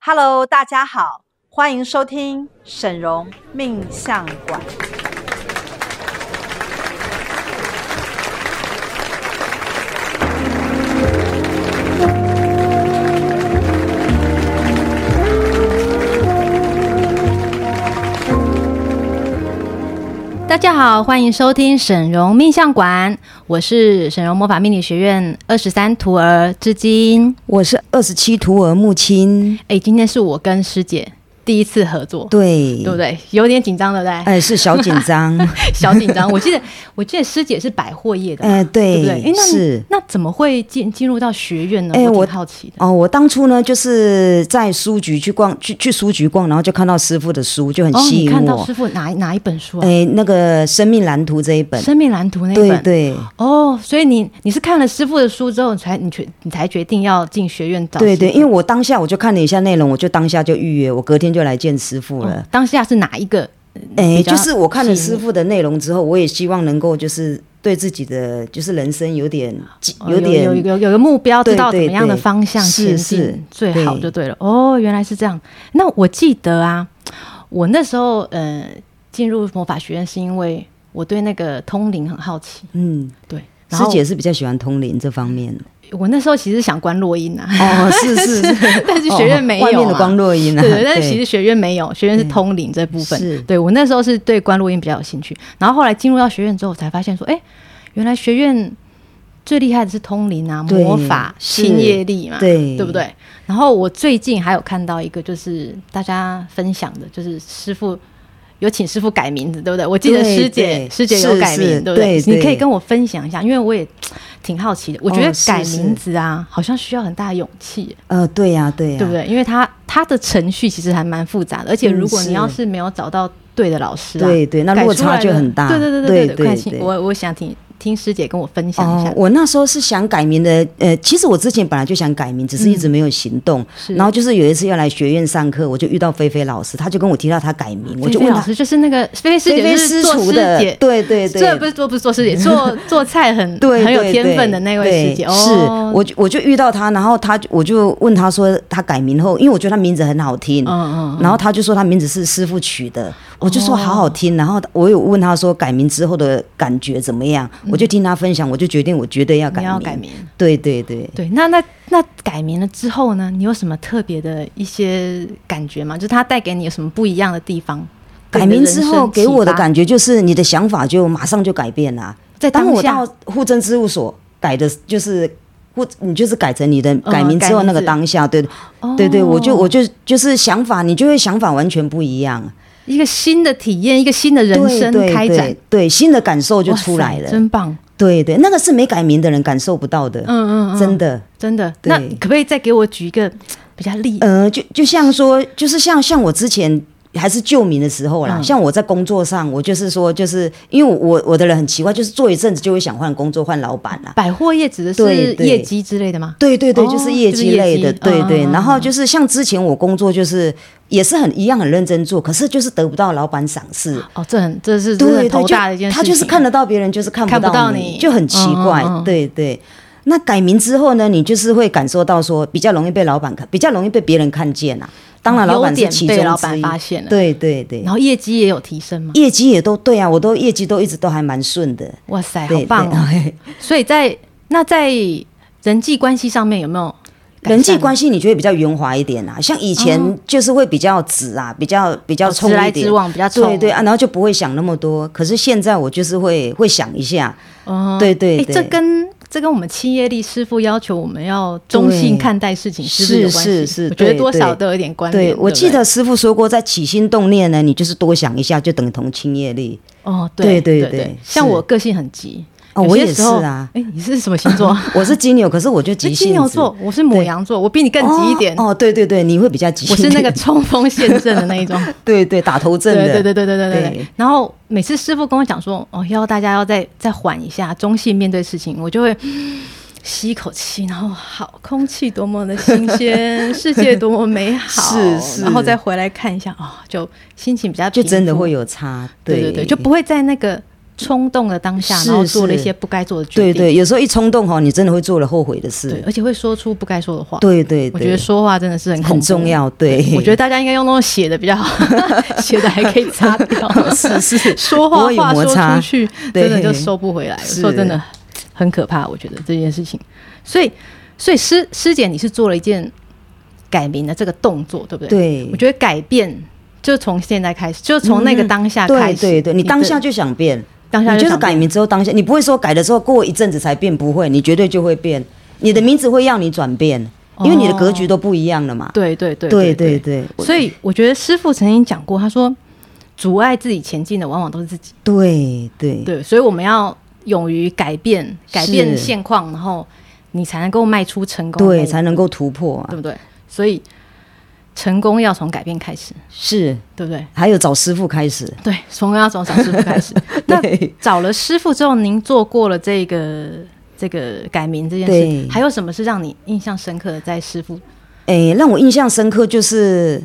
Hello，大家好，欢迎收听沈荣命相馆。大家好，欢迎收听沈荣命相馆，我是沈荣魔法命理学院二十三徒儿至今。我是二十七徒儿木青，哎，今天是我跟师姐第一次合作，对对不对？有点紧张，对不对？哎、是小紧张， 小紧张。我记得，我记得师姐是百货业的嘛，哎对对不对？哎，那你是那怎么会进进入到学院呢？哎我我挺好奇的。哦。我当初呢，就是在书局去逛，去去书局逛，然后就看到师傅的书，就很哦，吸你引看到我师。傅哪一哪一本书啊？哎、那个《生命蓝图》这一本，生命蓝图那一对本。对哦，所以你你是看了师傅的书之后，你才你决你才决定要进学院找对师对，傅因为我当下我就看了一下内容，我就当下就预约，我隔天就来见师傅了哦。当下是哪一个？哎、比较就是我看了吸引师傅的内容之后，我也希望能够就是对自己的就是人生有点哦有点有有有有个目标，对知道怎对么样的对方向是前是进最好对就对了。哦，原来是这样。那我记得啊，我那时候呃进入魔法学院是因为我对那个通灵很好奇，嗯。对。然师后姐是比较喜欢通灵这方 面的我那时候其实想关落音啊， 哦，是是是，但是学院没有嘛哦外面的光落音啊，嗯对对，但是其实学院没有，学院是通灵这部是分。对我那时候是对关录音比较有兴趣，然后后来进入到学院之后，我才发现说，哎，原来学院最厉害的是通灵啊、对魔法、是清业力嘛，对对不对？然后我最近还有看到一个，就是大家分享的，就是师傅。有请师傅改名字，对不对？我记得对师姐对师姐有是改名，是对不对？对你可以对跟我分享一下，因为我也挺好奇的。我觉得哦是改是名字啊，好像需要很大的勇气耶。啊呃，对呀、对呀、对不？对？因为它它的程序其实还蛮复杂的，而且嗯如果你是要是没有找到对的老师、啊，对对那落改出来差就的很大对对对对对，快对请对我我想听听师姐跟我分享一下哦，。我那时候是想改名的，呃，其实我之前本来就想改名，只是一直没有行动。是然后就是有一次要来学院上课，我就遇到菲菲老师，她就跟我提到她改名，我菲嗯就菲问老她师就是那个菲菲师姐，菲菲就是师做厨师的姐，对对对这不是做不是做师 姐，做做菜很对很有对天对分的那位对师姐。是哦，我就我就遇到她，然后她就我就问她说她改名后，因为我觉得她名字很好听，嗯嗯哦嗯，然后他就说他名字是师傅取的，我就说好好听。然后我有问他说改名之后的感觉怎么样，我就听他分享，我就决定我绝对要改嗯你名。要改名。对对对，对，那那那改名了之后呢？你有什么特别的一些感觉吗？就是它带给你有什么不一样的地方？改名之后给我的感。感觉就是你的想法就马上就改变了。在当当我下到户政事务所改的，就是户，你就是改成你的嗯改名之改后名那字哦个当下，对对对，我就我就就是想法，你就会想法完全不一样，一个新的体验，一个新的人对生对开对展对新的感受就哇出塞来了。真棒！对对，那个是没改名的人感受不到的。嗯嗯嗯，真的，真的。对那可不可以再给我举一个比较例？呃，就就像说，就是像像我之前。还是救民的时候啦，嗯像我在工作上，我就是说，就是因为我我的人很奇怪，就是做一阵子就会想换工作、换老板啦。百货业指的是对对业绩之类的吗？对对对，哦就是业就是绩业类的，绩对对。嗯嗯嗯然后就是像之前我工作，就是也是很一样很认真做，可是就是得不到老板赏识。哦，这很这是这是对很对，头就大的一件事情。他就是看得到别人，就是看看不到到你就很奇嗯怪。嗯嗯对对。那改名之后呢，你就是会感受到说比较容易被老板看，比较容易被别人看见啊。当然，老板优是点其中被之老板一发现了，对对对然，后业绩也有提升嘛？业绩也都对啊，我都业绩都一直都还蛮顺的，哇塞，对好棒哦！对所以在那在人际关系上面有没有 改善人际呢关系你就会比较圆滑一点啊，像以前就是会比较直啊，比较比较哦冲直来一点直，往比较冲？对对啊，然后就不会想那么多。可是现在我就是会会想一下，哦，对对诶这对，跟这跟我们企业力师傅要求我们要中性看待事情是不有关系？嗯是是是我觉得对多少对都有点关联。对我不记得师傅说过，在起心动念呢，你就是多想一下，就等同清业 力。哦，对对对对对对像是我个性很急，哦，有我些也时是候啊，哎，你是什么星座？我是金牛，可是我就你 急是性金牛子座，我是母对羊座，我比你更急一点。哦，哦对对对，你会比较急，我是那个冲锋陷阵的那一种， 对对打头阵对的，对对对对对对对。然后每次师傅跟我讲说，哦，要大家要再再缓一下，中性面对事情，我就会 吸一口气，然后好，空气多么的新鲜，世界多么美好， 是是然后再回来看一下，哦，就心情比较就真的平复会有差，对对对，就不会在那个冲动的当下，是然后做了一是些不该做的决对定，对，有时候一冲动哈，你真的会做了后悔的事。对，而且会说出不该说的话。对对我觉得对，说话真的是很恐很怖重。要。对，我觉得大家应该用那种写的比较好， 写的还可以擦 掉。是是，说不话会有话摩说擦出去，对真的就收不回来了。是说真的，很可怕，我觉得这件事情。所以，所以师师姐，你是做了一件改名的这个动作，对不对？。对我，觉得改变就从现在开始，就从那个当下开始。对嗯对对，你的当下就想变，当下你啊就就是想改名之后当下，你不会说改了之后过一阵子才变，不会，你绝对就会变。你的名字会让你转变，因为你的格局都不一样了嘛。对对对对哦对对对，我所以我觉得师傅曾经讲过，他说阻碍自己前进的往往都是自己。对对对，所以我们要勇于改变，改变嗯是现况，然后你才能够迈出成功的路。对，才能够突破啊对。不对？所以成功要从改变开始，是，对不对？还有找师傅开始。对，成功要从找师傅开 始。那对，找了师傅之后，您做过了这个这个改名这件对事，还有什么是让你印象深刻的？在师傅，哎，让我印象深刻就是。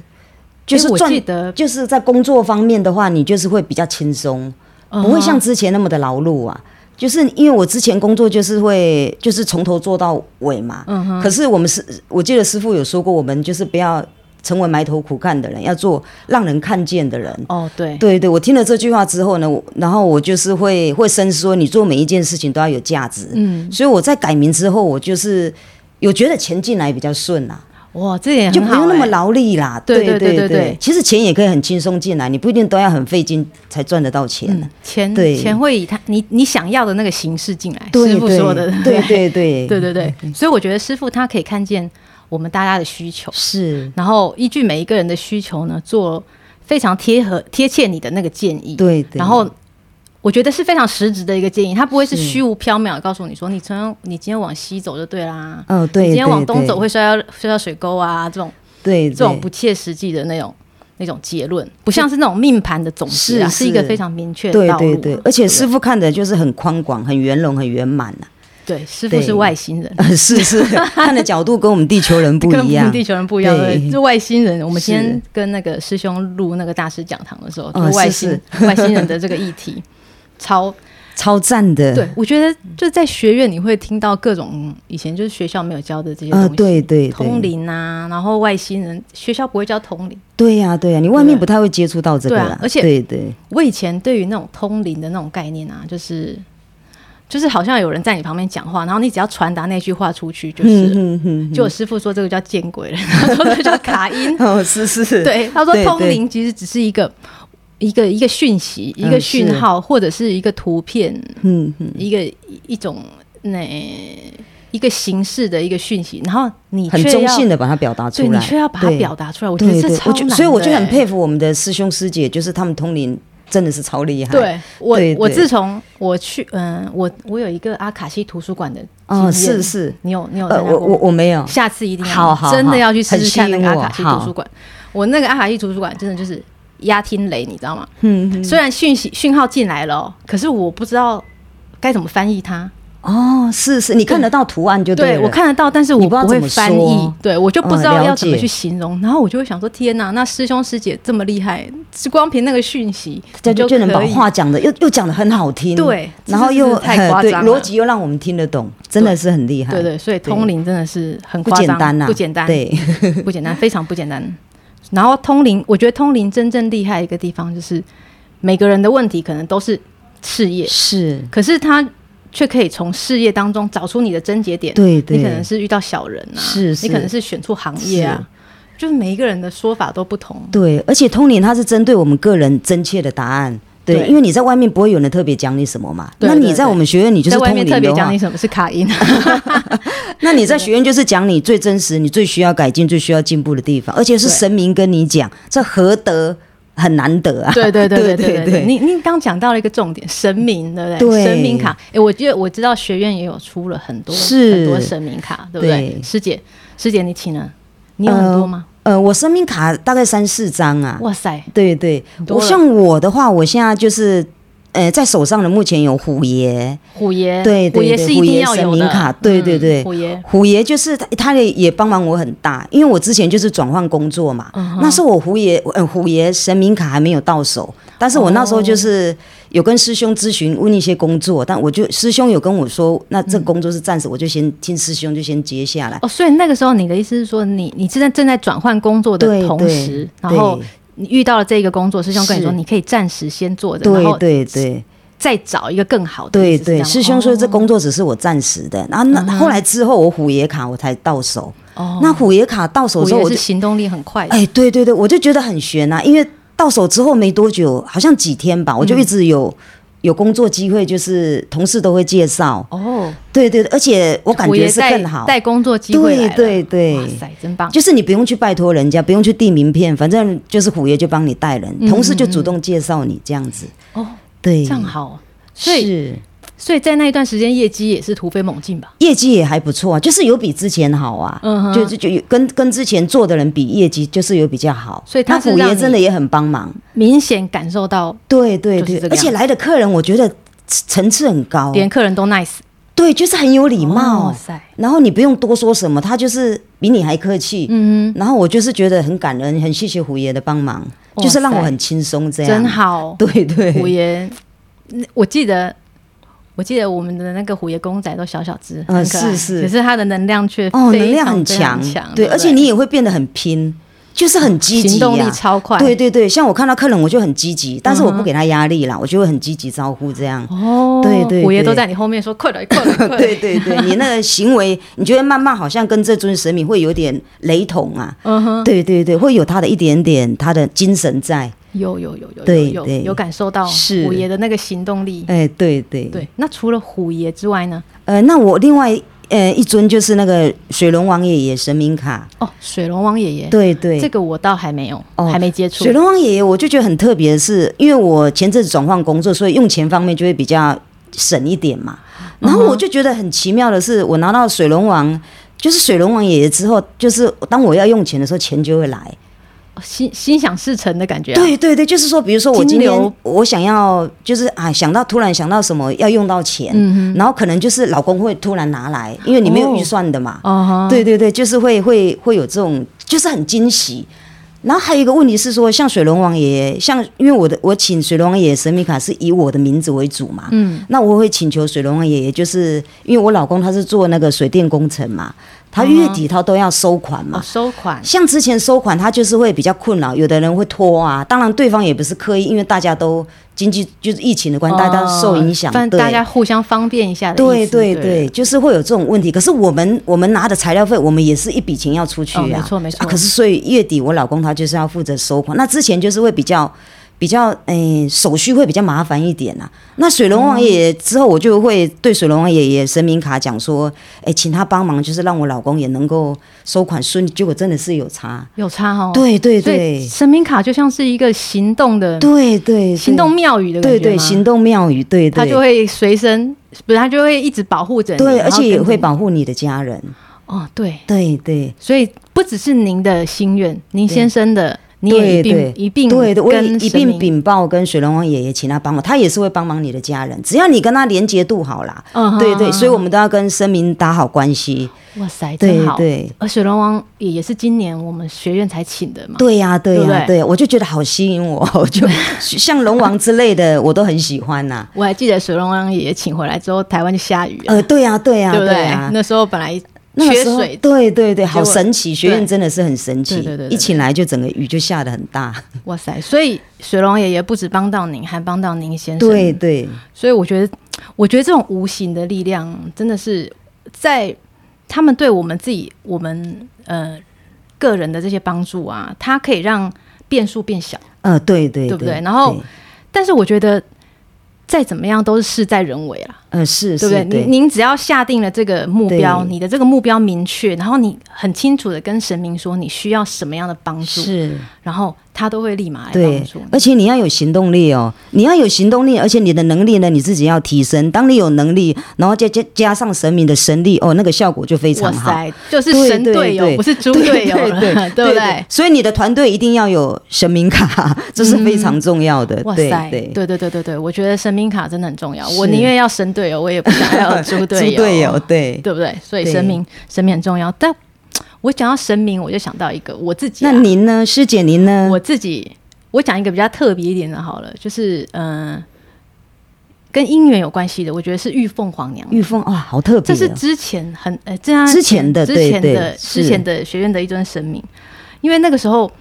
就是诶我赚记得就是在工作方面的话，你就是会比较轻松，嗯不会像之前那么的劳碌啊。就是因为我之前工作就是会就是从头做到尾嘛，嗯可是我们是我记得师傅有说过，我们就是不要成为埋头苦干的人，要做让人看见的人。哦，对，对对，我听了这句话之后呢，我然后我就是会会深思说，你做每一件事情都要有价值。嗯，所以我在改名之后，我就是有觉得钱进来比较顺啊。哇，这也就很不好、欸，用那么劳力啦。对对对对对对对其实钱也可以很轻松进来，你不一定都要很费劲才赚得到钱。嗯，钱对钱会以他你你想要的那个形式进来，对师傅对说的，对嗯对对 对对对，所以我觉得师傅他可以看见我们大家的需求，是，然后依据每一个人的需求呢，做非常贴合贴切你的那个建议。，对对。然后我觉得是非常实质的一个建议，它不会是是虚无缥缈地告诉你说，你从你今天往西走就对啦，哦，对，你今天对往东走，会对摔到摔到水沟啊，这种对这种对不切实际的那种那种结论，不像是那种命盘的总结啊，是是一个是非常明确的对道路对啊。对，而且不对师傅看的就是很宽广、很圆融、很圆满呐、对师傅对是外星 人。啊。是是，看的角度跟我们地球人不跟一我们样。地球人不一样，对对就外星人。我们今天是跟那个师兄录那个大师讲堂的时候，就哦外是星、 外星人的这个议 题，超超赞的。对，我觉得就在学院你会听到各种嗯以前就是学校没有教的这些东嗯、西，对对对，通灵啊，然后外星人，学校不会教通灵。对呀、对呀、你外对面不太会接触到这个对啊啦。而且 对对我以前对于那种通灵的那种概念啊，就是就是好像有人在你旁边讲话，然后你只要传达那句话出去，就是了。嗯嗯就我师傅说这个叫见鬼了， 他说这个叫卡音，嗯，哦是是，对，他说对通对灵其实只是一个一个一个讯息，一个嗯讯是号，或者是一个图片，嗯嗯，一个一一种那、一个形式的一个讯息，然后你很却中要性的把它表达出对来，你却要把它对表达出来，我觉得对这对，超我难就的、欸所以我就很服。佩服我们的师兄师姐，就是他们通灵真的是超厉害。对我对，我对自从我去，嗯，我我有一个阿卡西图书馆的经哦验，是是，你有你有参呃，加我过吗我我没有，下次一定要好好真的好要去试很试吸看那引个阿我卡西好图书馆。我那个阿卡西图书馆真的就是压听雷，你知道吗？嗯，虽然讯息讯号进来了哦，可是我不知道该怎么翻译它。哦，是是，你看得到图案就对了。我看得到，但是你我不知道会怎么翻译说，对我就不知嗯道了要怎么解去形容。然后我就会想说：天哪，那师兄师姐这么厉害，只光凭那个讯息，这就就就能可把以话讲的又又讲的很好听，对然后这真又的是太夸对张了逻辑又让我们听得懂，真的是很厉害，对对，所以对通灵真的是很不夸简张单呐，啊不简单，啊对，不简单，非常不简单。然后通灵，我觉得通灵真正厉害的一个地方就是，每个人的问题可能都是事业，是，可是他却可以从事业当中找出你的症结点。对对，你可能是遇到小人啊，是是你可能是选错行业啊，就是每一个人的说法都不同。对，而且通灵它是针对我们个人真切的答案。对，对因为你在外面不会有人特别讲你什么嘛。对那对你在对我们学院，你就是在通外面灵特别的讲话你，什么是 卡音，那你在学院就是讲你最真实、你最需要改进、最需要进步的地方，而且是对神明跟你讲，这何德很难得啊！ 对对对对对对对对，你你刚讲到了一个重点，神明对不对？对神明卡，哎，我记得我知道学院也有出了很多是很多神明卡，对不对？对师姐，师姐你请了，你有很多吗？呃，我生命卡大概三四张啊。哇塞，对对，多我了像我的话，我现在就是。呃，在手上的目前有虎爷，虎爷，对对虎爷对是一虎定爷要有神的明卡对对嗯对虎爷虎爷就是他，他也也帮忙我很大，因嗯为我之前就是转换工作嘛，那时候我虎爷，呃，虎爷神明卡还没有到手，但是我那时候就是有跟师兄咨询，问一些工作，但我就师兄有跟我说，那这工作是暂时，我就先听师兄就先接下来。哦，所以那个时候你的意思是说你，你正在正在转换工作的对同对时，然对后你遇到了这个工作，师兄跟你说是你可以暂时先做的，然对后对对再找一个更好的。对意思是这对，样吗师兄说这嗯工作只是我暂时的，然后那后来之后我虎爷卡我才到手，哦，那虎爷卡到手我之觉得后我是就行动力很快的。哎，对对对，我就觉得很悬啊呐、因为到手之后没多久，好像几天吧，我嗯就一直有、有工作机会，就是同事都会介绍。哦，对对，对而且我感我觉也是带更好，带工作机会来了对对对哇塞，真棒！就是你不用去拜托人家，不用去递名片，反正就是虎爷就帮你带人，同事就主动介绍你这样子。哦，对，嗯这样好。哦所以，嗯是所以在那一段时间，业绩也是突飞猛进吧？业绩也还不错啊，就是有比之前好啊，嗯哼就就就有跟跟之前做的人比，业绩就是有比较好。所以他那是虎让爷你真的也很帮忙。明显感受到对对就是对，这个而且样子来的客人，我觉得层次很高，连客人都 nice，对，就是很有礼貌。哇塞，然后你不用多说什么，他就是比你还客气。嗯然后我就是觉得很感恩，很谢谢虎爷的帮忙，哇塞就是让我很轻松这哼，样。真，好。啊对对，虎爷，那我记得，我记得我们的那个虎爷公仔都小小只，嗯很可爱是是可是他的能量却哦，非能量常很非常强，强，对，不而且你也会变得很拼，就是很积极、啊，行动力超快，嗯对对对，像我看到客人我就很积极，但是我不给他压力啦，我就会很积极招呼这样。哦，对对虎爷对都在你后面说快来快来快来， 对对对，你那个行为，你觉得慢慢好像跟这尊神明会有点雷同啊。嗯哼，对对对，会有他的一点点他的精神在。有有有有有对有对有感受到是虎爷的那个行动力，哎，对对，嗯对。那除了虎爷之外呢？呃，那我另外呃一尊就是那个水龙王爷爷神明卡。哦，水龙王爷爷，对对，这个我倒还没有，哦还没接触水，龙王爷爷，我就觉得很特别的是，因为我前阵子转换工作，所以用钱方面就会比较省一点嘛。嗯然后我就觉得很奇妙的是，我拿到水龙王，就是水龙王爷爷之后，就是当我要用钱的时候，钱就会来。哦心心想事成的感觉啊，对对对，就是说，比如说我今金流天我想要，就是啊，想到突然想到什么要用到钱，嗯然后可能就是老公会突然拿来，因为你没有哦预算的嘛。哦哈，对对对，就是会会会有这种，就是很惊喜。然后还有一个问题是说，像水龙王爷爷，像因为我的我请水龙王爷爷神秘卡是以我的名字为主嘛，嗯，那我会请求水龙王爷爷，就是因为我老公他是做那个水电工程嘛，他嗯月底他都要收款嘛哦，，收款，像之前收款，他就是会比较困扰，有的人会拖啊。当然，对方也不是刻意，因为大家都经济就是疫情的关系，大家都受影响，但对哦大家互相方便一下的意对思对对对，就是会有这种问题。可是我们我们拿的材料费，我们也是一笔钱要出去啊，哦没错没错啊可是所以月底我老公他就是要负责收款，那之前就是会比较比较诶、手续会比较麻烦一点啊。那水龙王爷爷之后，我就会对水龙王爷爷神明卡讲说，诶、请他帮忙，就是让我老公也能够收款顺利。结果真的是有差，有差哦。对对所以对神明卡就像是一个行动的对对，行动庙宇的感觉对对吗行，动妙语，对它对就会随身，不是它就会一直保护着你，对，然而后且也跟着会你保护你的家人，哦，对，对对。所以不只是您的心愿，您先生的，你也一并一并对的，我也跟一神并明禀报跟水龙王爷爷，请他帮我，他也是会帮忙你的家人，只要你跟他连接度好啦。嗯哼对对，所以我们都要跟神明打好关系。哇塞，对真好。对而水龙王也也是今年我们学院才请的嘛，对呀、对对不呀、对对呀、我就觉得好吸引我，我就像龙王之类的，我都很喜欢呐、我还记得水龙王爷爷请回来之后，台湾就下雨了，呃，对呀、对呀、对不对？呀、那时候本来那个缺时候水，对对对，结好果神奇！学院对真的是很神奇，对对对对一起来就整个雨就下得很 大。哇塞！所以水龙爷爷不止帮到您，还帮到您先生。对，对，所以我觉得，我觉得这种无形的力量，真的是在他们对我们自己、我们呃个人的这些帮助啊，它可以让变数变小。呃，对对对不对然后但是我觉得，再怎么样都是事在人为啦。呃，是对是，不对？您您只要下定了这个目标，对你的这个目标明确，然后你很清楚的跟神明说你需要什么样的帮助，是。然后他都会立马来对帮助你，而且你要有行动力哦，你要有行动力，而且你的能力呢，你自己要提升。当你有能力，然后再加加上神明的神力哦，那个效果就非哇常好。塞，就是对神对队友，对不是猪对队友 了，对对不对？所以你的团队一定要有神明卡，这是非常重要的。嗯哇对塞，对，对对对对对，我觉得神明卡真的很重要，是我宁愿要神队友，我也不想 要有猪队猪队友，对。对不对？所以对神明神明很重要，但我讲到神明，我就想到一个我自己啊、那您呢，师姐您呢？我自己，我我讲一个比较特别一点的，好了，就是嗯、呃跟姻缘有关系的，我觉得是玉凤凰娘娘。玉凤哇，好特别这是哦，之前很呃，这样之前的之对前对的是之前的学院的一尊神明，因为那个时候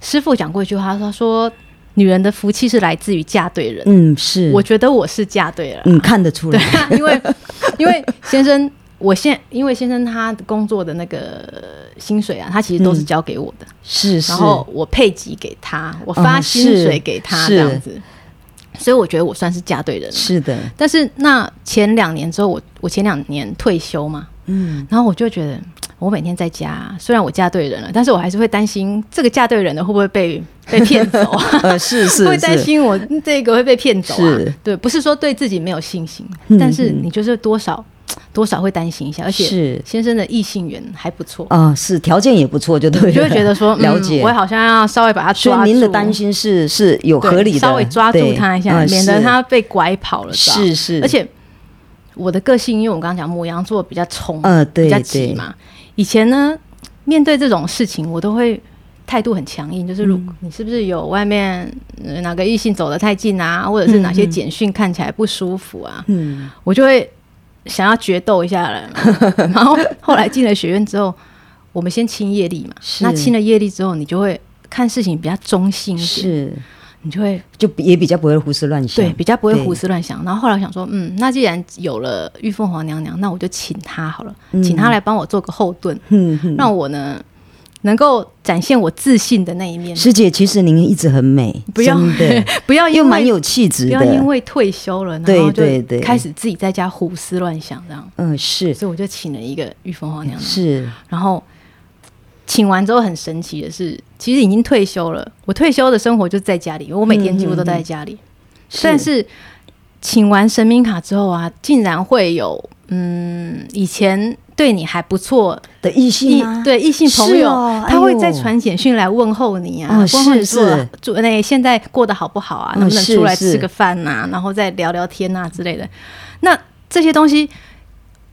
师傅讲过一句话，他说：“女人的福气是来自于嫁对人。嗯，是，我觉得我是嫁对了啦，嗯看得出来，因为 因为先生，我现因为先生他工作的那个薪水啊，他其实都是交给我的，嗯是是然，后我配给给他，我发嗯薪水是给他是这样子，所以我觉得我算是嫁对人了。是的，但是那前两年之后，我我前两年退休嘛，嗯，然后我就觉得，我每天在家，虽然我嫁对人了，但是我还是会担心这个嫁对人的会不会被被骗走、啊。 呃，是是会担是，心我这个会被骗走啊是？对，不是说对自己没有信心，嗯但是你就是多少多少会担心一下，而且是先生的异性缘还不 错，啊，是条件也不错，就对了，我就会觉得 说，嗯了解我。好像要稍微把他所抓住。以您的担心是是有对合理的，稍微抓住对他一下，嗯免得是他被拐跑了。知道是是，而且我的个性，因为我刚刚讲母羊座比较冲，呃对比较急嘛。以前呢，面对这种事情，我都会态度很强硬，嗯就是如、你是不是有外面、呃哪个异性走得太近啊，或者是哪些简讯看起来不舒服啊，嗯，我就会想要决斗一下了。 然后后来进了学院之后，我们先清业力嘛，是那清了业力之后，你就会看事情比较中性一点，是你就会就比也比较不会胡思乱想，对，比较不会对胡思乱想。然后后来想说，嗯，那既然有了玉凤凰娘娘，那我就请她好了，请她来帮我做个后盾，嗯嗯。让我呢能够展现我自信的那一面，师姐，其实您一直很美，不要真的不要 因又蛮为有气质不要因的。为退休了，然对后就对对开始自己在家胡思乱想这样。嗯，是所以我就请了一个玉凤凰娘娘，是，然后请完之后很神奇的是，其实已经退休了，我退休的生活就在家里，我每天几乎都待在嗯家里。但是请完神明卡之后啊，竟然会有嗯，以前对你还不错的异性异啊，对异性朋是友，哦哎他呦会再传简讯来问候你啊，哦问候你是做是做那个哎现在过得好不好啊，嗯能不能是出来是吃个饭呐、然后再聊聊天呐、之类的。那这些东西，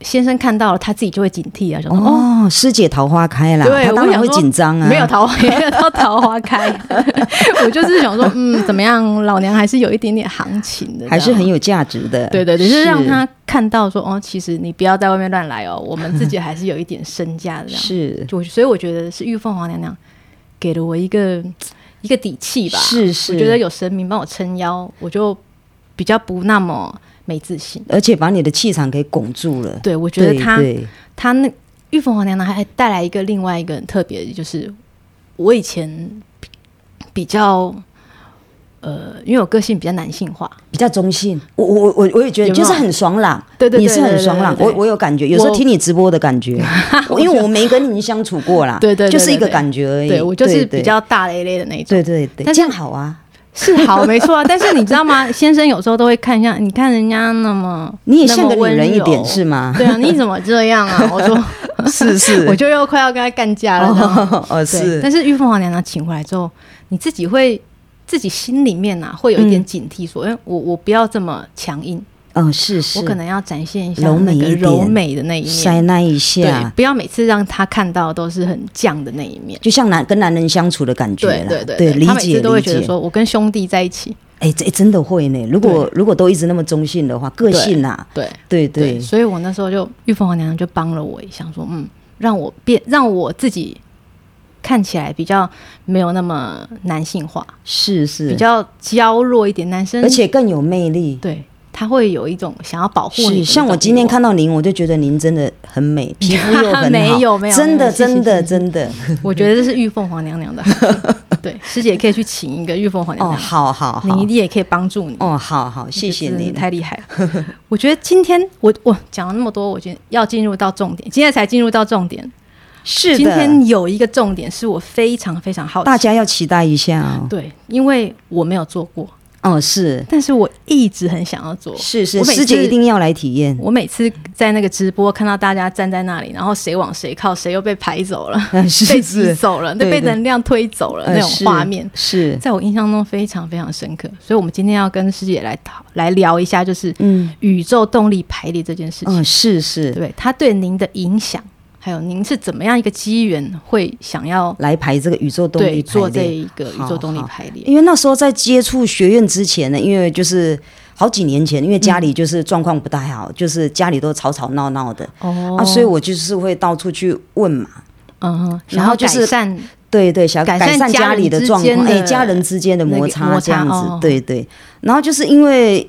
先生看到了，他自己就会警惕啊，想说哦哦，师姐桃花开啦，对，她我当然想会说紧张啊，没有桃 花，没有到桃花开。 我就是想说，嗯，怎么样，老娘还是有一点点行情的，还是这样很有价值的。对对，只是让他看到说，哦，其实你不要在外面乱来哦，我们自己还是有一点身价的这样。是就我所以我觉得是玉凤凰娘娘给了我一个一个底气吧。是是，我觉得有神明帮我撑腰，我就比较不那么没自信。而且把你的气场给拱住了。对，我觉得对他对他那玉凤凰娘娘还带来一个另外一个很特别的，就是我以前比比较呃，因为我个性比较男性化，比较中性，我我我我我也觉得有没有就是很爽朗，对对对你是很爽朗，对对我对我有感觉，有时候听你直播的 感觉，我因为我没跟您相处过啦，对对对对就是一个感觉而已。对我就是比哎对较大咧咧的那一种。对对对，但是这样好啊，是好，没错啊。但是你知道吗？ 先生有时候都会看一下，你看人家那么，你也像个那么温女人一点柔是 吗？对啊，你怎么这样 啊？我说，是是我就又快要跟他干架了。这样哦哦 对，是但是玉凤凰娘娘请回来之后，你自己会自己心里面啊，会有一点警惕说，哎、我我不要这么强硬，哦是嗯是，我可能要展现一下柔美那个一点柔美的那一塞面，那一对下，，不要每次让他看到都是很犟的那一面。就像男跟男人相处的感觉对啦，对对，理他每解次都会理觉得解。说，我跟兄弟在一起，哎，这真的会呢。如果如果都一直那么中性的话，个对性啊，对对对，对所以我那时候就玉凤凰娘娘就帮了我一下，说嗯，让我变让我自己看起来比较没有那么男性化，是是比，较娇弱一点，男生而且更有魅力。对他会有一种想要保护你的那种欲是，望。像我今天看到您，我就觉得您真的 很美，皮肤又很好，没有没有真没的有谢谢真的谢谢真的，我觉得这是玉凤凰娘娘 的好处，对，师姐可以去请一个玉凤凰娘 哦，娘，好好你好一，定也可以帮助你。哦，好好，谢谢真的是您，太厉害了。我觉得今天我我讲了那么多，我觉得要进入到重点，今天才进入到重点。是今的，天有一个重点是我非常非常好奇的大家要期待一下哦，对，因为我没有做过，哦，是但是我一直很想要做。是是，我每次师姐一定要来体验，我每次在那个直播看到大家站在那里，然后谁往谁靠，谁又被排走了，嗯 是 被是挤走了，对被对能量推走了、呃那种是画面，是，在我印象中非常非常深刻。所以，我们今天要跟师姐来讨来聊一下，就是嗯，宇宙动力排列这件事情，哦，是对是，不对？它对您的影响，还还有您是怎么样一个机缘会想要来排这个宇宙动对力排做这列。一个宇好宙动力好排列？因为那时候在接触学院之前呢，因为就是好几年前，因为嗯家里就是状况不太好，就是家里都吵吵闹闹的、哦啊，所以我就是会到处去问嘛。嗯哼，想然后要就改是善对对，想改改善善家家人里的之状间况，哎，的家人之间的那个摩摩擦这擦样子，哦对对。然后就是因为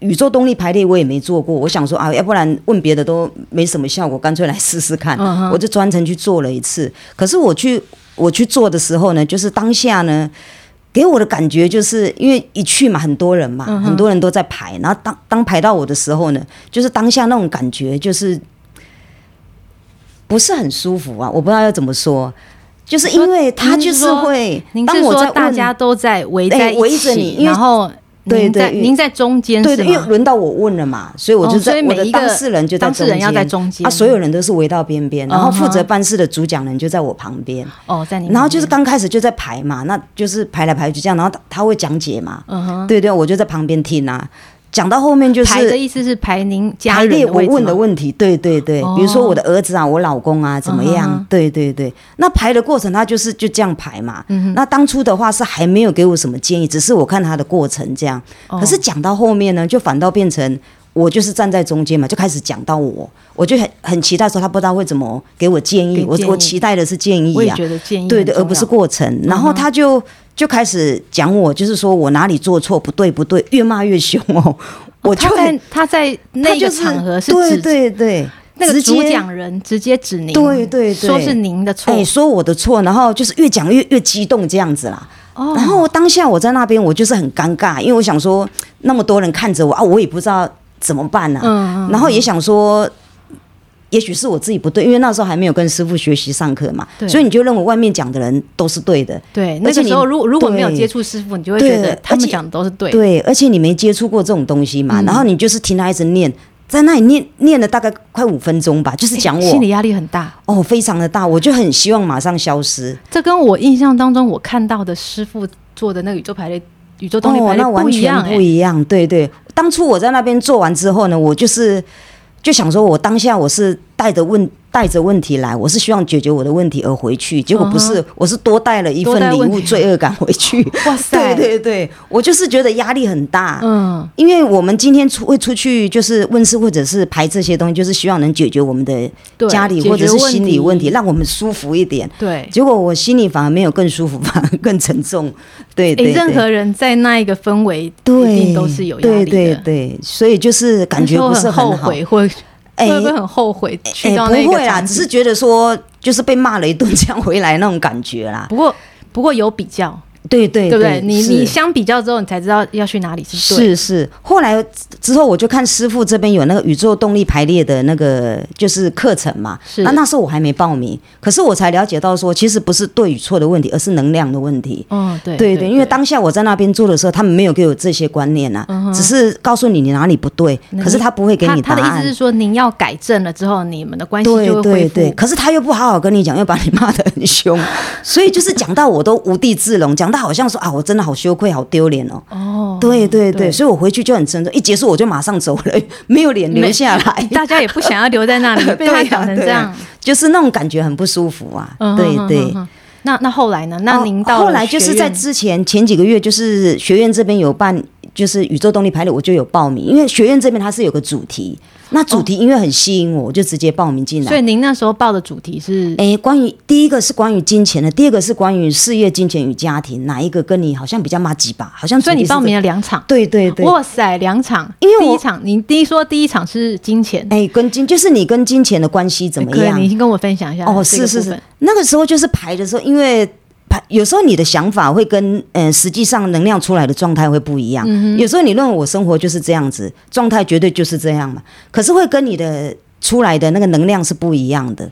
宇宙动力排列我也没做过，我想说啊，要不然问别的都没什么效果，干脆来试试看。嗯哼我就专程去做了一次。可是我去我去做的时候呢，就是当下呢。给我的感觉就是因为一去嘛，很多人嘛，嗯哼很多人都在排，然后当当排到我的时候呢，就是当下那种感觉就是不是很舒服啊，我不知道要怎么说，就是因为他就是会，您当是我说在问大家都在围在哎一起，围着你因为然后对您在对您在中间对是对，因为吗？轮到我问了嘛，所以我哦就在、所以每我的一个当事人就在当事人要在中间嗯啊，所有人都是围到边边，然后负责办事的主讲人就在我旁边，哦，在你然后旁就是边刚开始就在排嘛，那就是排来排去这样，然后他他会讲解嘛，嗯哼，对对，我就在旁边听啊，讲到后面就排的是。意思是排您家排人列的我位置问的吗问题，对对对，哦比如说我的儿子啊，我老公啊，怎么样？嗯哼哼对对对，那排的过程他就是就这样排嘛。嗯哼那当初的话是还没有给我什么建议，只是我看他的过程这样。哦可是讲到后面呢，就反倒变成我就是站在中间嘛，就开始讲到我，我就很很期待说他不知道会怎么给我建议，给建议我我期待的是建我议也啊，觉得建议对很对，重而不是要嗯过程。然后他就。就开始讲我，就是说我哪里做错不对不对，越骂越凶哦，我就他很 在他在他那就个场合是对指对对，那个直主接讲人直接指您，对对对说是您的错哎、，说我的错，然后就是越讲越越激动这样子啦。哦然后当下我在那边，我就是很尴尬，因为我想说那么多人看着我啊，我也不知道怎么办呐、啊嗯嗯然后也想说。也许是我自己不对，因为那时候还没有跟师傅学习上课嘛对，所以你就认为外面讲的人都是对的，对，而那且个时候你如果如果没有对接触师傅，你就会觉得对他们而且讲的都是对的，嗯对，而且你没接触过这种东西嘛，然后你就是听他一直念，在那里念念了大概快五分钟吧，就是讲我、哎心理压力很大。哦，非常的大，我就很希望马上消失。这跟我印象当中我看到的师傅做的那个宇宙排列、宇宙动力排哦，那列完不一样全哎、不一样，对对。当初我在那边做完之后呢，我就是就想说，我当下我是带着问带着问题来，我是希望解决我的问题而回去，结果不嗯是，我是多带了一多带份礼问物题罪恶感回去。哇 对塞，对对，我就是觉得压力很大。嗯，因为我们今天出会出去，就是问事或者是排这些东西，就是希望能解决我们的对，家里解或者决是心理问题，题让我们舒服一点。对。结果我心里反而没有更舒服， 反而更沉重。对诶对对，哎任何人在那一个氛围，对，一定都是有压力的。对对对，所以就是感觉那时候不是很后好悔，会、哎会不会很后悔去哎到那不个会啦，场只景是觉得说就是被骂了一顿，这样回来那种感觉啦。不过不过有比较，对对对不对？对你是你相比较之后，你才知道要去哪里是对。是是，后来之后我就看师傅这边有那个宇宙动力排列的那个就是课程嘛，是那那时候我还没报名，可是我才了解到说，其实不是对与错的问题，而是能量的问题。嗯，对对对，嗯对，因为当下我在那边做的时候，他们没有给我这些观念啊，只是告诉你你哪里不对，那可是你他不会给他你答嗯他案。的意思是说，您要改正了之后，你们的关系对就会恢对复。对，可是他又不好好跟你讲，又把你骂得很 凶，所以就是讲到我都无地自容，讲到好像说啊，我真的好羞愧，好丢脸哦。哦，对对对，对所以我回去就很沉重，一结束我就马上走了，没有脸留下 来，大家也不想要留在那 里，对被啊他讲成这样。 就是那种感觉很不舒服啊。嗯对哼对哼。哼那那后来呢？那您哦到了后来就是学在院之前前几个月，就是学院这边有办，就是宇宙动力排列，我就有报名，因为学院这边它是有个主题，那主题因为很吸引我，我就直接报名进来。哦哎所以您那时候报的主题是诶，关于第一个是关于金钱的，第二个是关于事业、金钱与家庭，哪一个跟你好像比较麻吉吧？好像所以主题你是这报名了啊两场，对对对，哇塞，两场，因为我第一场您第一说第一场是金钱，诶，跟金就是你跟金钱的关系怎么呃可以样你？先跟我分享一下哦，这个是是部是分，那个时候就是排的时候，因为排有时候你的想法会跟呃实际上能量出来的状态会不嗯一样。有时候你认为我生活就是这样子，状态绝对就是这样嘛，可是会跟你的出来的那个能量是不一样的。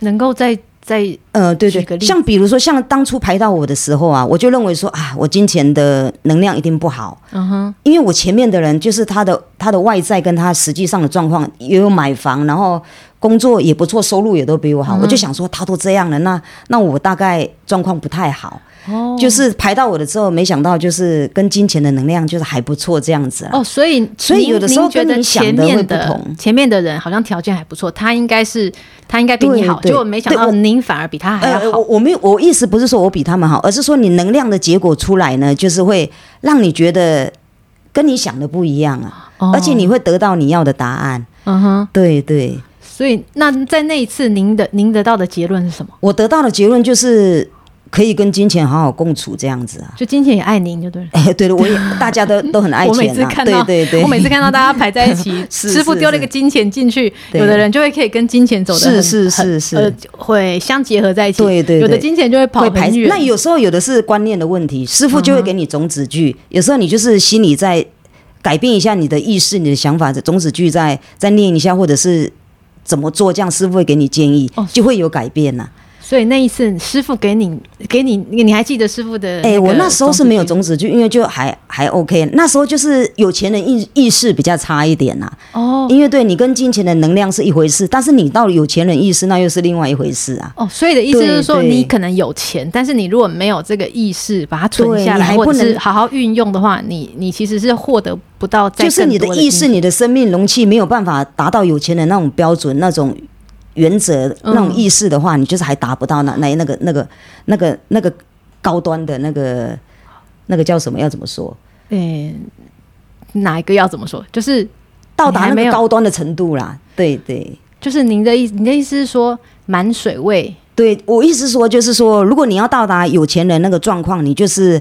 能够在在呃，对举个对，例子像比如说，像当初排到我的时候啊，我就认为说啊，我金钱的能量一定不好，嗯哼因为我前面的人就是他的他的外在跟他实际上的状况，也有买房，然后工作嗯也不错，收入也都比我好，我就想说他都这样了，那那我大概状况不太好，哦就是排到我的之后，没想到就是跟金钱的能量就是还不错这样子啊。哦，所以所以您有的时候您觉跟得你想前的会面不同前面的人好像条件还不错，他应该是他应该比你对好，对结果没想对到我您反而比他还要呃，哎好。我我没有，我意思不是说我比他们好，而是说你能量的结果出来呢，就是会让你觉得跟你想的不一样啊，哦而且你会得到你要的答案。嗯哼，对对，所以那在那一次您的您得到的结论是什么？我得到的结论就是可以跟金钱好好共处这样子啊。就金钱也爱您就对了。哎，对了，我也大家都都很 爱我每钱次啊，看对到，对对， 我每次看到大家排在一 起，是师傅是丢了一是个金钱进去，对有的人就会可以跟金钱走的是是是是呃，会相结合在一起。对对对有的金钱就会跑会排很远。那有时候有的是观念的问题，师傅就会给你种子句，有时候你就是心里在改变一下你的意识、你的想法，种子句再再念一下，或者是怎么做，这样师傅会给你建议，哦就会有改变呐、啊所以那一次师傅给你给你，你你还记得师傅的？哎、我那时候是没有种种子句，因为就还还 OK，那时候就是有钱人意意识比较差一点呐、啊哦因为对你跟金钱的能量是一回事，但是你到有钱人意识那又是另外一回事啊。哦，所以的意思就是说，对对你可能有钱，但是你如果没有这个意识把它存对下你来，还或者不能是好好运用的话，你你其实是获得不到再就是更你的多意金识、钱你的生命容器没有办法达到有钱人那种标准、那种原则、嗯那种意识的话，你就是还达不到那那那个那个那个那个高端的那个那个叫什么？要怎么说？嗯，哪一个要怎么说？就是到达你还没那有个高端的程度啦。对对就是您的意思，你的意思是说满水位对，我意思是说就是说，如果你要到达有钱人那个状况，你就是。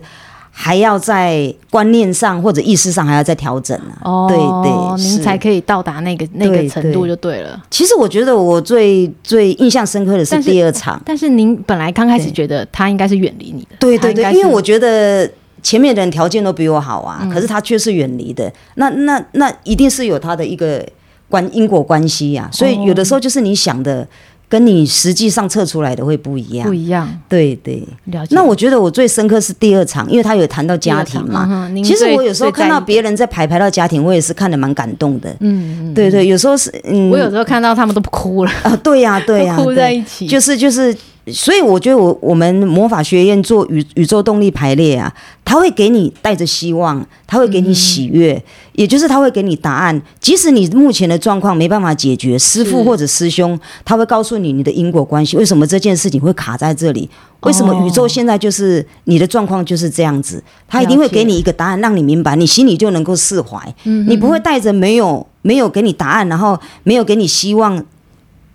还要在观念上或者意识上还要再调整啊！哦，对对，您是才可以到达那个那个对程度就对了。其实我觉得我最最印象深刻的是但是第二场，但是您本来刚开始对觉得他应该是远离你的，对他对应对该，因为是我觉得前面的人条件都比我好啊，嗯可是他却是远离的，那那那一定是有他的一个关因果关系哦呀、所以有的时候就是你想的跟你实际上测出来的会不一样不。一样，对对，了解。那我觉得我最深刻是第二场，因为他有谈到家第庭二场嗯嘛哼。您其实最我有时候最在看到意别人在排排到家庭，我也是看得蛮感动的。嗯，嗯对对，有时候是嗯，我有时候看到他们都哭了，啊，对呀、对呀、都哭对在一起，就是就是，所以我觉得我我们魔法学院做宇宇宙动力排列啊，它会给你带着希望，它会给你喜悦，也就是它会给你答案。即使你目前的状况没办法解决，师是傅或者师兄他会告诉你你的因果关系，为什么这件事情会卡在这里？为什么宇宙现在就是你的状况就是这样子？他一定会给你一个答案，让你明白，你心里就能够释怀。嗯你不会带着没有没有给你答案，然后没有给你希望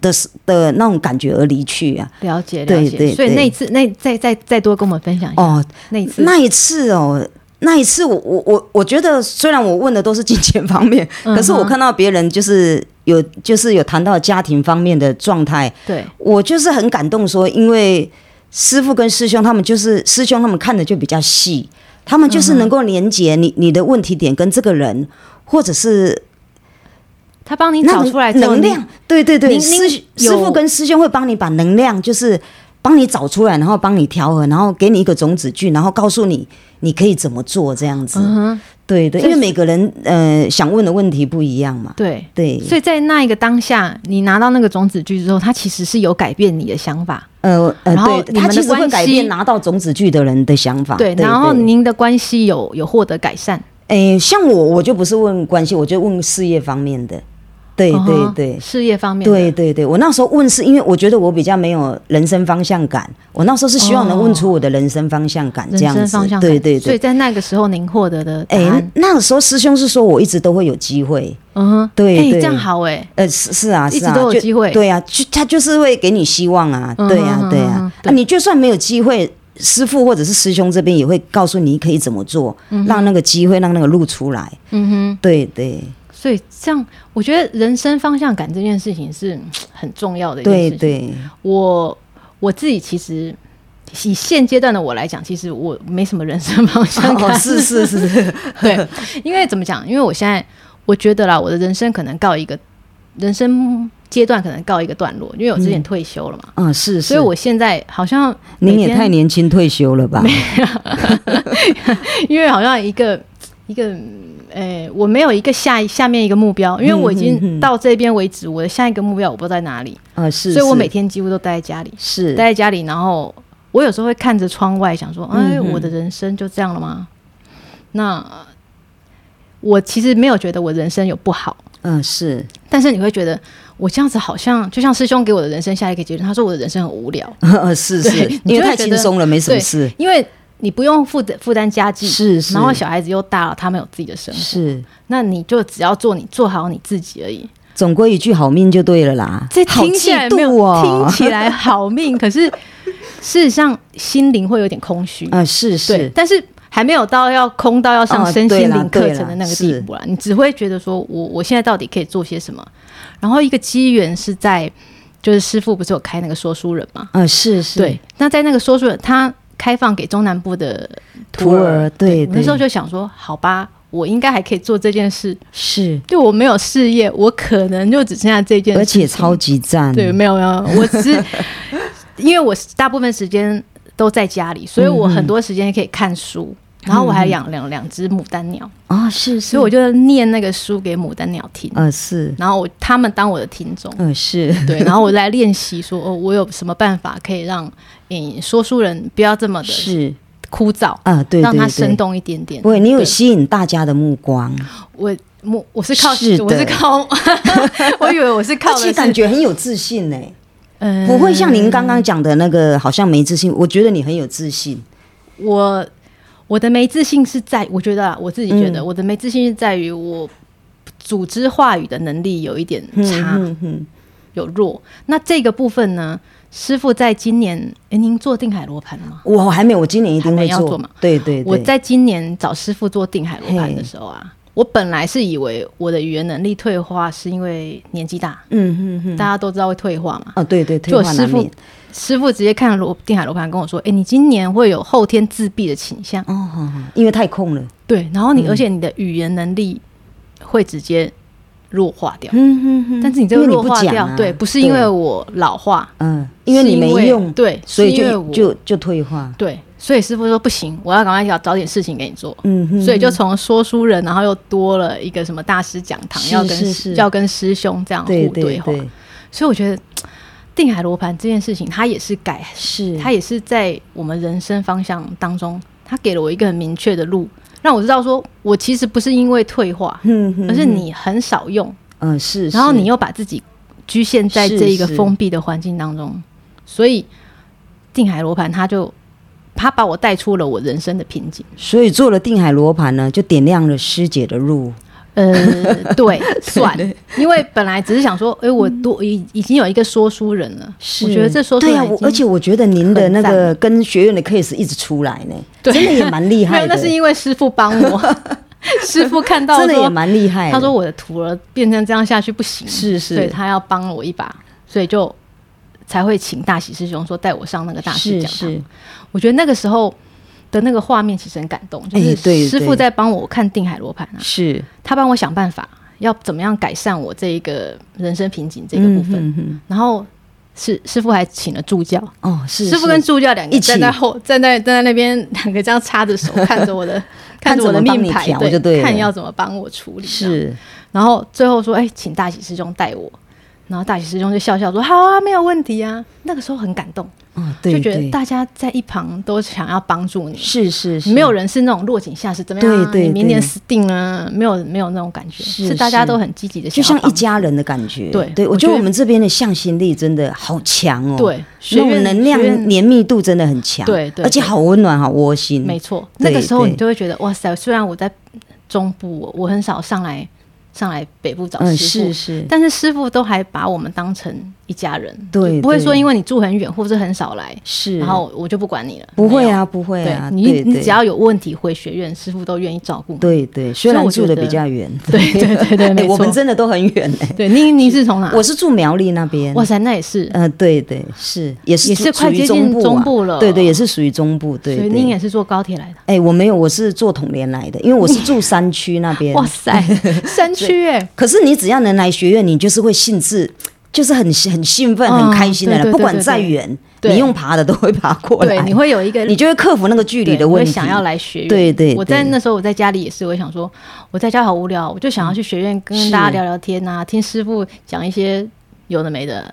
的的那种感觉而离去啊。嗯了解了对解。对所以对那一次，那再再再多跟我们分享一下哦，那一次，那一次哦，那一次我我我我觉得，虽然我问的都是金钱方面， 嗯哼可是我看到别人就是有就是有谈到家庭方面的状态，对我就是很感动说，因为师傅跟师兄他们就是师兄他们看的就比较细，他们嗯就是能够连接你你的问题点跟这个人，或者是他帮你那找能出来之后能你量，对对对，您师您有师傅跟师兄会帮你把能量就是。帮你找出来，然后帮你调和，然后给你一个种子句，然后告诉你你可以怎么做这样子。嗯哼，对对，所因以为每个人呃想问的问题不一样嘛。对。对，所以在那一个当下，你拿到那个种子句之后，它其实是有改变你的想法，呃呃，然后对，你们他的其实会关改系变拿到种子句的人的想法。对，然后您的关系有有获得改善，诶，像我我就不是问关系，我就问事业方面的。对嗯对哼对事业方面的，对对对，我那时候问是因为我觉得我比较没有人生方向感，我那时候是希望能问出我的人生方向感这人样生子方向。感，对哎对所以对。在那个时候您获得的答诶，案，那时候师兄是说我一直都会有机会，嗯哼，对哎，对这样好哎，呃，是是啊，一直是啊都有就机会对啊，就他就是会给你希望啊，嗯对啊嗯，对嗯嗯啊对啊，你就算没有机会，师傅或者是师兄这边也会告诉你可以怎么做，让那个机会，让那个路出来。嗯哼，对对所以这样，我觉得人生方向感这件事情是嗯很重要的一件事对情。对，我我自己其实以现阶段的我来讲，其实我没什么人生方向感，哦，是是 是，对，因为怎么讲？因为我现在我觉得啦，我的人生可能告一个人生阶段可能告一个段落，因为我之前退休了嘛，嗯是是，所以我现在好像您每也天太年轻退休了吧？因为好像一个一个，呃，我没有一个下一下面一个目标，因为我已嗯经到这边为止，我的下一个目标我不知道在哪里，啊是，所以我是每天几乎都待在家里，是待在家里，然后我有时候会看着窗外，想说，哎，嗯嗯我的人生就这样了吗？那我其实没有觉得我人生有不好，嗯， 是，但是你会觉得我这样子好像就像师兄给我的人生下一个结论，他说我的人生很无聊，哦是对是，你因为就会太觉轻得松了，没什么对事，因为你不用负担负担家计，是是然后小孩子又大了，他们有自己的嗯生活，是，那你就只要做你做好你自己而已。总归一句好命就对了啦。这好听起嫉来没有妒哦，听起来好 命，可是事实上心灵会有点空虚， 啊，是对，是，但嗯是还没有到要空到要上哦身对心啦灵课对啦程的那个是地步啦。你只会觉得说我我现在到底可以做些什么？然后一个机缘是在，就是师傅不是有开那个说书人嘛？啊，是是，对，，那在那个说书人，他开放给中南部的徒儿，对，我那时候对就想说，好吧，我应该还可以做这件事。是，就我没有事业，我可能就只剩下这件事情，而且嗯超级赞，对，没有没有， 我只是因为我大部分时间都在家嗯里，所以我很多时间可以看书。然后我还养两两只牡丹鸟，啊，是，所以我就念那个书给牡丹鸟听。呃是，然后我他们当我的听众，呃是，对，然后我来练习说哦，我有什么办法可以让嗯说书人不要这么的是枯燥，啊，对让它对生对，动一点点。不会，你有对吸引大家的目光，我我我是靠是的我是 靠，我以为我是靠而的且是感觉很有自信呢，嗯不会像您刚刚讲的那个好像没自信，我觉得你很有自信，我我的没自信是在，我觉得啊，我自己觉得、嗯我的没自信是在于我组织话语的能力有一点差，嗯嗯，有弱。那这个部分呢，师傅在今年，诶，您做定海罗盘了吗？我还没有，我今年一定还会没要做嘛对对，对我在今年找师傅做定海罗盘的时候啊，我本来是以为我的语言能力退化是因为年纪大，嗯嗯嗯，大家都知道会退化嘛。哦对对，退就我化师难傅免，师傅直接看了罗定海罗盘跟我说：“诶，你今年会有后天自闭的倾向。”哦好，好因为太空了，对，然嗯后你、而且你的语言能力会直接弱化掉，嗯嗯嗯，但是你这因个为你弱不化讲掉，啊对，不是因为我老化，嗯，因为是你没用，对，所以是因为就我就就退化，对，所以师傅说不行，我要赶快找找点事情给你做。嗯哼，所以就从说书人，然后又多了一个什么大师讲堂，是要跟是是要跟师兄这样对互对话。对，所以我觉得嘖定海罗盘这件事情，它也是改，是它也是在我们人生方向当中，它给了我一个很明确的路，让我知道说我其实不是因为退化，嗯哼而是你很少用，嗯是，然后是你又把自己局限在这一个是是封闭的环境当中，所以定海罗盘它就它把我带出了我人生的瓶颈。所以做了定海罗盘呢，就点亮了师姐的路。 呃，对，算，因为本来只是想说，哎、我多已已经有一个说书人了，我觉得这说书嗯对人呀、已我经，而且我觉得您的很那赞个跟学院的 case 一直出来呢，真的也蛮厉 没害有，的那，是因为师傅帮 我，师傅看到真的也说，蛮厉害的。他说我的徒儿变成这样下去不行，哎是是所以他要帮我一把，所以就才会请大喜师兄说带我上那个大师是讲堂。是，我觉得那个时候的那个画面其实很感动，就哎对是师傅对在帮我看定海罗盘啊，是他帮我想办法要怎么样改善我这一个人生瓶颈这个嗯部分，嗯嗯然后是师傅还请了助教。哦是师傅跟助教两个一起站在后，站在站在那边，两个这样插着手 看着我的，看着我的看怎么帮命你牌调，就对了看要怎么帮我处理。这样是然后最后说：“哎、请大喜师兄带我。”然后大喜师兄就笑笑说：“好啊，没有问题啊。”那个时候很感动，哦对就觉对得大家在一旁都想要帮助你，是是是没有人是那种落井下石，怎么样啊？对对你明年对死定了，没有没有那种感觉，是大家是都很积极的，就像一。家人的感觉。对对，我我觉觉得得我们这边的向心力真的好强哦。对学那种院能学院量绵密度真的很强。对对而且好温暖，好窝心。没错，那对个时候对你就会觉得哇塞！虽然我在中部，我我很少上来上来北部找嗯，师傅，是是，但是师傅都还把我们当成一家人，对就不会对说因为你住很远或者很少来，是，然后我就不管你了。不会没有，啊，不会对啊，你对你对只要有问题回学院，师傅都愿意照顾你。对对，所虽以然我觉住的得比较远，对对对对， 哎没我们错。真的都很远哎、对，你你是从哪？我是住苗栗那边，哇塞，那也是，呃，对对，是也是也属是快属于接中近部、啊、中部了哦对对，也是属于中部，对所以您对。也是坐高铁来的。哎、我没有，我是坐统联来的，因为我是住山区那边。哇塞， 山区哎，可是你只要能来学院，你就是会兴致，就是很很兴奋、嗯很开心的啦，对对对不管对再对远，对你用爬的都会爬过来，对，你会有一个你就会克服那个距离对的我问会题。想要来学院。对对我在对那时候我在家里也是，我想说我在家好无聊，我就想要去学院跟是大家聊聊天啊，听师傅讲一些有的没的，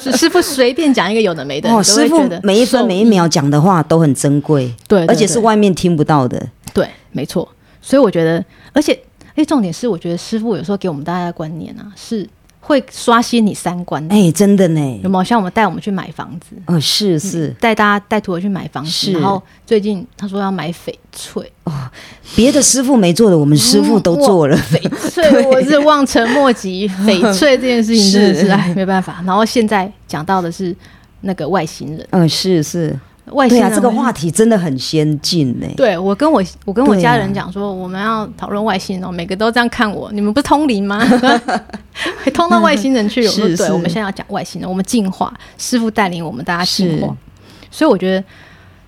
是 师傅随便讲一个有的没的，哦，你都会师觉傅得每一分受每一秒讲的话都很珍贵，对对而且是对外面听不到的。对，没错。所以我觉得，而且，哎，重点是，我觉得师傅有时候给我们大家的观念啊，是会刷新你三观的。哎，真的呢有，没有像我们带我们去买房子，哦，是是，带大家带徒儿去买房子，是然后最近他说要买翡 翠，别的师傅没做的，我们师嗯傅都做了。翡翠我 是望尘莫及，翡翠这件事情真的是 是哎没办法。然后现在讲到的是那个外星人，嗯，是是，外星对人、啊，这个话。题真的很先进欸呢。对我跟我我跟我对啊家人讲说，我们要讨论外星人哦，每个都这样看我，你们不是通灵 吗？ 会通到外星人去。我说是对，是我们现在要讲外星人，我们进化，师傅带领我们大家进化是。所以我觉得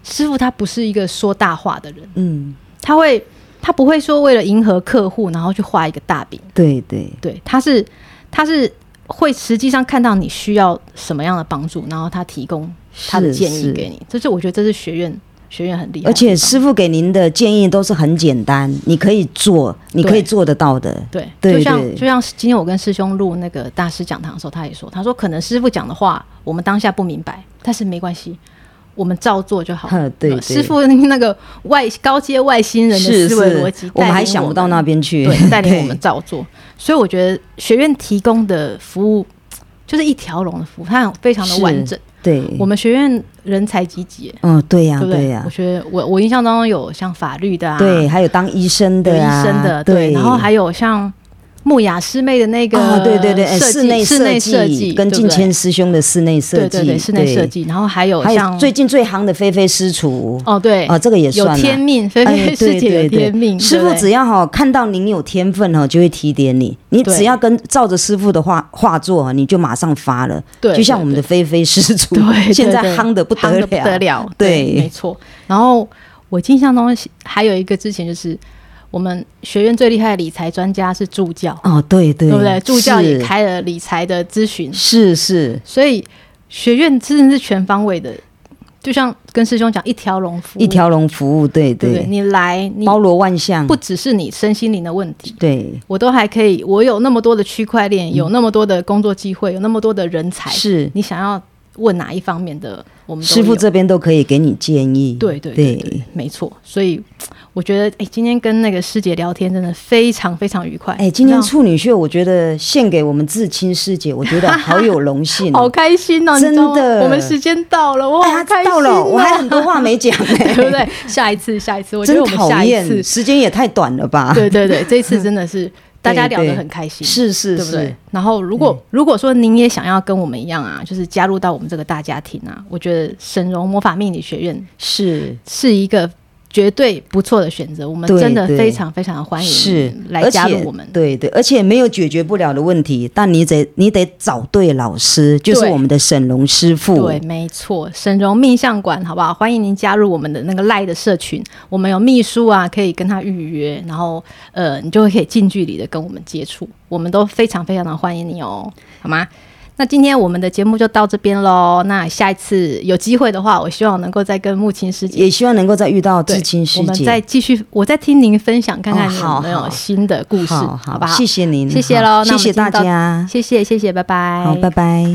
师傅他不是一个说大话的人，嗯，他会他不会说为了迎合客户，然后去画一个大饼。对对，对，他是他是会实际上看到你需要什么样的帮助，然后他提供他的是建议是给你。这是我觉得这是学院学院很厉害的而地方，且师傅给您的建议都是很简单，你可以做，你可以做得到的。对，对就像对就像今天我跟师兄录那个大师讲堂的时候，他也说，他说可能师傅讲的话我们当下不明白，但是没关系，我们照做就好。哼对对师傅那个外高阶外星人的是思是维逻辑，，我带领们还想不到那边去。对，带领我们照做。所以我觉得学院提供的服务就是一条龙的服务，它非常的完是整。对，我们学院人才济济，嗯，对呀，对不对？呀我，觉得我我印象当中有像法律的啊，对，还有当医生有的啊，医生的，对，然后还有像木雅师妹的那个啊，对对对，哎设室计内室内设计跟对不近对千师兄的室内设对计，对对室内设，计，然后还有还有像最近最夯的菲菲师厨，哦对啊，这个也有算天了。哎命，菲菲师姐有天命，师对不傅对只要哈看到您有天分哈，就会提点你。你对只要跟照着师傅的话画作哈，你就马上发了。对就像我们的菲菲师厨对对，对现在夯的不夯得得不得了。了，对没错。然后我印象中还有一个之前就是我们学院最厉害的理财专家是助教，哦，对对，对不对？助教也是，开了理财的咨询，是是所以学院真的是全方位的，就像跟师兄讲一条龙服务，一条龙服务，对对不对？你来，你包罗万象，不只是你身心灵的问题，对，我都还可以，我有那么多的区块链，有那么多的工作机会，有那么多的人才，嗯是你想要问哪一方面的？我们都师傅有这边都可以给你建议。对对对对，没错。所以我觉得，哎，今天跟那个师姐聊天真的非常非常愉快。哎，今天你知道处女秀，我觉得献给我们至亲师姐，我觉得好有荣幸 好哦。开心哦，你知道吗真的我们时间到了，我哎好呀开心、哦到了，我还很多话没讲呢， 对不 对？下一次，下一次，我觉得真我们讨下一次厌，，时间也太短了吧？ 对对对，这一次真的是大家 对聊得对很开心，是是对不对是，？嗯然后，如果如果说您也想要跟我们一样啊，就是加入到我们这个大家庭啊，我觉得神容魔法命理学院是是一个绝对不错的选择，我们对真的对非常非常欢迎是你来加而入且我们。对对，而且没有解决不了的问题，但你得你得找对老师，就是对我们的沈龙师傅。对，没错，沈荣命相馆，好不好？欢迎您加入我们的那个赖的社群，我们有秘书啊，可以跟他预约，然后呃，你就会可以近距离的跟我们接触，我们都非常非常的欢迎你哦，好吗？那今天我们的节目就到这边喽。那下一次有机会的话，我希望能够再跟木青师姐，也希望能够再遇到对至亲哦师我们姐。再继续，我再听您分享，看看哦你好有没有好新的故事，好不好？谢谢您，谢谢好喽，那我谢们谢今天大到，家，谢谢谢谢，拜拜，好，拜拜。